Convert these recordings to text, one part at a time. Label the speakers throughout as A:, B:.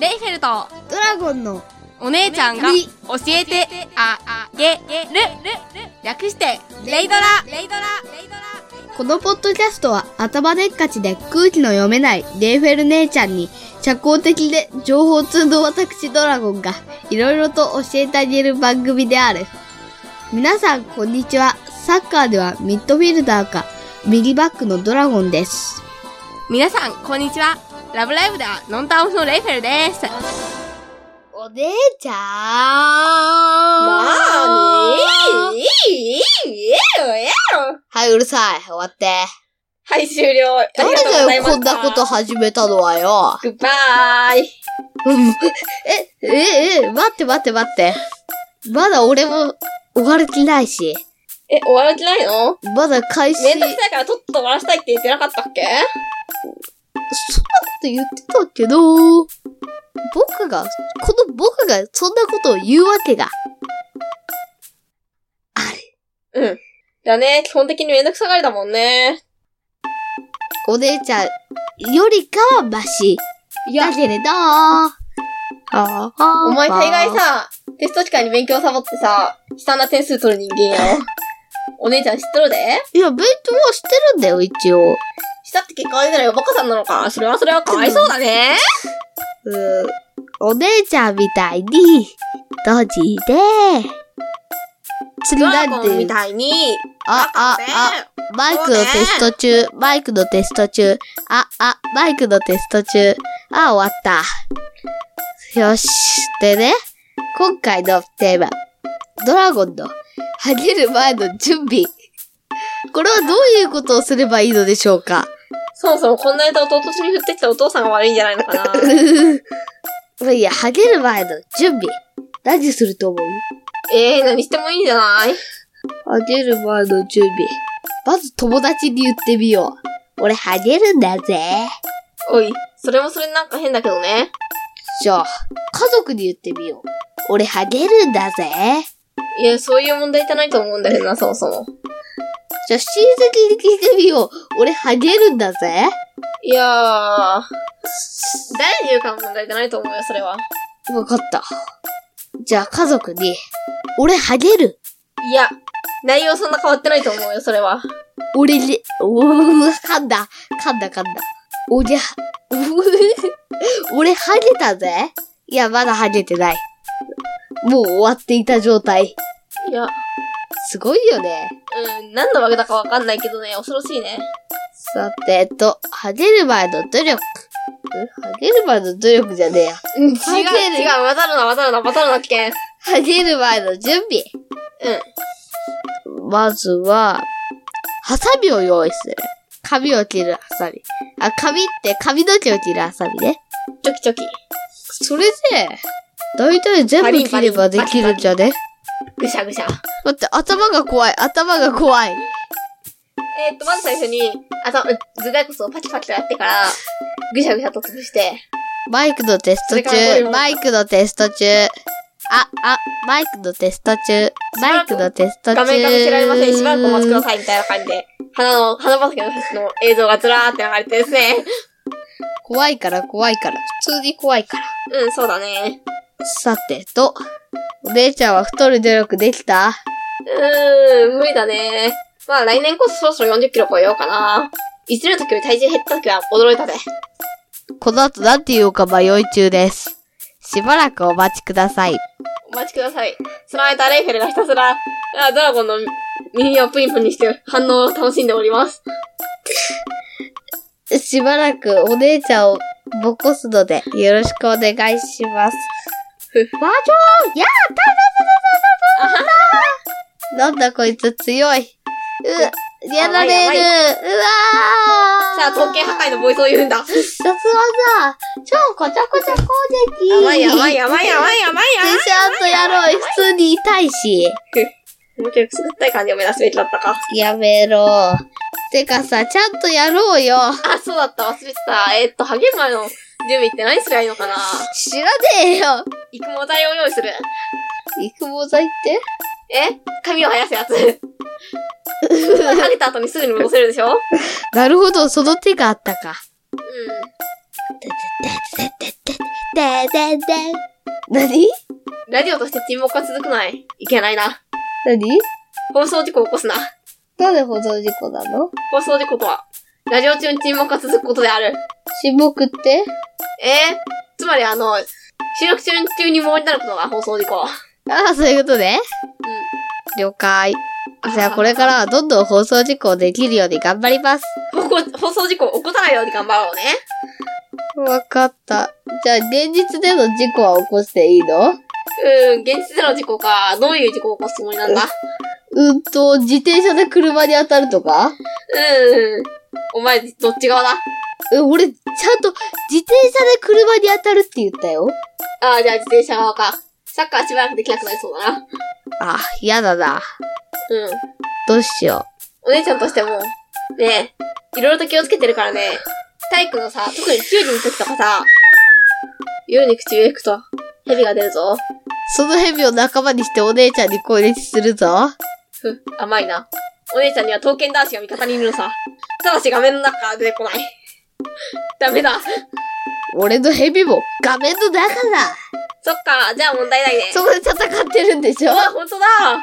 A: レイフェルト
B: ドラゴンの
A: お姉ちゃんが
B: み
A: 教えてあげる略してレイドラ
B: このポッドキャストは頭でっかちで空気の読めないレイフェル姉ちゃんに社交的で情報通の私ドラゴンがいろいろと教えてあげる番組である。皆さんこんにちは。サッカーではミッドフィルダーか右バックのドラゴンです。
A: 皆さんこんにちはラブライブではノンタオフのレイフェルです
B: お姉ちゃんはいうるさい。終わって。
A: はい終了ありがと
B: 誰
A: うござ
B: だ
A: い
B: よ、
A: ま
B: こ
A: し
B: ん
A: た
B: なこと始めたのはよ。
A: グッバイ
B: え、え、え、待って待って待って。まだ俺も終わる気ないし、
A: え終わらせないの
B: まだ開始、
A: めんど
B: そ
A: く
B: んなこ
A: さいからとっと終わらせたいって言ってなかったっけ
B: と言ってたけど、僕が、この僕がそんなことを言うわけが。
A: うんだね、基本的にめんどくさがりだもんね。
B: お姉ちゃんよりかはマシ。
A: い
B: だけれど、ああ、
A: お前大概
B: あ
A: さ、テスト期間に勉強サボってさ、悲惨な点数取る人間やろ。 お姉ちゃん知っとるで
B: いや、勉強はしてるんだよ、一応。
A: したって結果が出ないおバカさんなのか。それはそれはかわいそうだね。
B: うん、お姉ちゃんみたいに、ドジで、釣
A: ド
B: り
A: ラ
B: なん
A: ゴン
B: て
A: み、たいに。
B: あ、あ、あ、マイクのテスト中、マイクのテスト中、あ、あ、マイクのテスト中、あ、終わった。よし。でね、今回のテーマ、ドラゴンの、はげる前の準備。これはどういうことをすればいいのでしょうか
A: そもそもこんなネタを唐突に振ってきたお父さんが悪いんじゃないのかな。
B: まあいいや、はげる前の準備。何すると思う
A: ええー、何してもいいんじゃない
B: はげる前の準備。まず友達に言ってみよう。俺、はげるんだぜ。
A: おい、それもそれなんか変だけどね。
B: じゃあ、家族に言ってみよう。俺、ハゲるんだぜ。
A: いや、そういう問題じゃないと思うんだけどな、そもそも。
B: じゃあ、親戚に聞いてみよう。俺、ハゲるんだぜ。
A: いやー、誰に言うかの問題じゃないと思うよ、それは。
B: わかった。じゃあ、家族に、俺、ハゲる。
A: いや、内容そんな変わってないと思うよ、それは。
B: 俺に、おー、噛んだ。噛んだ噛んだ。おじゃ、 うふ俺、ハゲたぜ。いや、まだハゲてない。もう終わっていた状態。
A: いや、
B: すごいよね。
A: うん、何のわけだかわかんないけどね、恐ろしいね。
B: さて、えっと、ハゲる前の努力。んハゲる前の努力じゃねえや。
A: うん、違う、違う、
B: ハゲる
A: 混ざるな、混ざるな、混ざるな、危険。
B: はげる前の準備。まずは、ハサミを用意する。髪を切るハサミ。あ、髪って髪の毛を切るハサミね。
A: うん、チョキチョキ。
B: それで、だいたい全部切ればできるんじゃね
A: ぐしゃぐしゃ。
B: 待って、頭が怖い。頭が怖い。
A: えー、っと、まず最初に、頭、頭蓋骨をパキパキとやってから、ぐしゃぐしゃと潰して、
B: マイクのテス
A: そ
B: ト
A: れからどういうも
B: 中。
A: のか
B: マイクのテスト中。あ、あ、マイクのテスト中。マイクのテスト中。
A: 画面が見せられません。しばらくお待ちください、みたいな感じで、花の、花畑のの映像がずらーって流れてですね。
B: 怖いから怖いから。普通に怖いから。
A: うん、そうだね。
B: さてと、お姉ちゃんは太る努力できた
A: うーん、無理だね。まあ来年こそそろそろ40キロ超えようかな。いつの時より体重減った時は驚いたで。
B: この後何て言おうか迷い中です。しばらくお待ちください。
A: お待ちください。その間、レイフェルがひたすら、あドラゴンの耳をプニプニして反応を楽しんでおります。
B: しばらくお姉ちゃんをぼこすので、よろしくお願いします。
A: ふ
B: 魔女やだなんだこいつ強い。う、やられる。うわー。
A: さあ、統計破壊のボイスを言うんだ。甘
B: 必殺技超こちゃこちゃ攻撃
A: い甘い甘い甘い甘い甘い
B: テンシャーとやろう。普通に痛いし。
A: もうちょいくすぐったい感じを目指すべきだったか。
B: やめろ。てかさ、ちゃんとやろうよ。
A: あ、そうだった。忘れてた。えーっと、ハゲマの準備って何すりゃいいのかな
B: 知らねえよ。
A: 育毛剤を用意する。
B: 育毛剤って
A: え髪を生やすやつ。ハげた後にすぐに戻せるでしょうん。
B: なるほど、その手があったか。
A: う
B: ててててててででで。何
A: ラジオとして沈黙が続くない。いけないな。
B: 何
A: 放送事故を起こすな。
B: なんで放送事故なの
A: 放送事故とは、ラジオ中に沈黙が続くことである。
B: 沈黙って
A: ええつまりあの、収録中中に漏れなることが放送事故。
B: ああ、そういうことね。了解。じゃあこれからはどんどん放送事故をできるように頑張ります。
A: 放送放送事故を起こさないように頑張ろうね。
B: わかった。じゃあ現実での事故は起こしていい
A: う
B: の
A: ーん、現実での事故か、どういう事故を起こすつもりなんだ
B: うんと、自転車で車に当たるとか
A: うーん。お前、どっち側だ
B: え、俺、ちゃんと自転車で車に当たるって言ったよ。
A: ああ、じゃあ自転車側か。サッカーしばらくできなくなりそうだな。
B: あ、嫌だな。
A: うん。
B: どうしよ
A: お姉ちゃんとしても、ねえ、いろいろと気をつけてるからね、体育のさ、特に球技の時とかさ、夜に口を引くと、蛇が出るぞ。
B: う。その蛇を仲間にしてお姉ちゃんに攻撃するぞ。
A: ふ、甘いな。お姉ちゃんには刀剣男子が味方にいるのさ。ただし画面の中から出てこない。ダメだ。
B: 俺の蛇も画面の中だ。
A: そっか、じゃあ問題ないね。
B: そこで戦ってるんでしょ
A: あ、ほんとだ。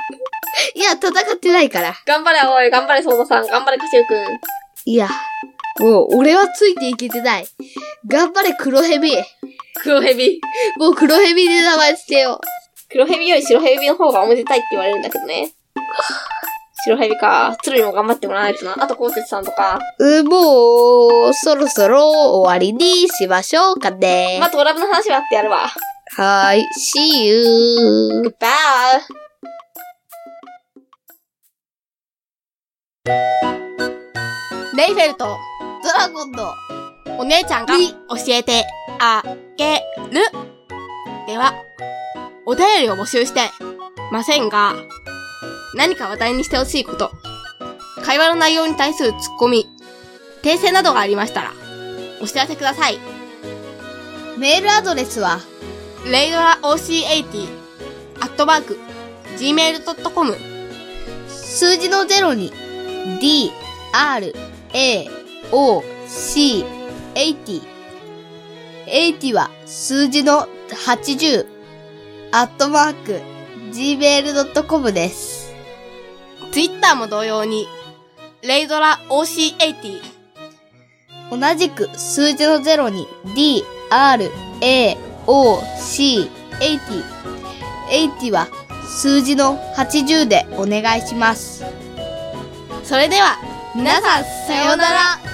B: いや、戦ってないから。
A: 頑張れ、おい。頑張れ、相田さん。頑張れ、かしゅうくん。
B: いや、もう俺はついていけてない。頑張れ黒蛇。
A: 黒蛇。
B: もう黒蛇で名前つけよ
A: 黒蛇より白蛇の方がおめでたいって言われるんだけどね。白蛇か。鶴にも頑張ってもらわないとな。あと、こうせつさんとか。
B: う。うもう、そろそろ終わりにしましょうかね
A: まあ、。トラブの話はあってやるわ。
B: はーい、see you!
A: Goodbye!
B: Mayfeld ドラゴンの
C: お姉ちゃんが
B: み
C: 教えてあげる。では、お便りを募集してませんが、何か話題にしてほしいこと、会話の内容に対するツッコミ、訂正などがありましたら、お知らせください。
B: メールアドレスは、
C: レイドラ OC80、アットマーク、gmail.com、
B: 数字の0に、d, r, a, o, c, 80。80は数字の80、アットマーク、gmail.com です。
C: Twitter も同様に、レイドラ OC80、
B: 同じく数字の0に、d, r, a, o, c, 80。80は数字の80でお願いします。
C: それでは、
B: 皆さん、さようなら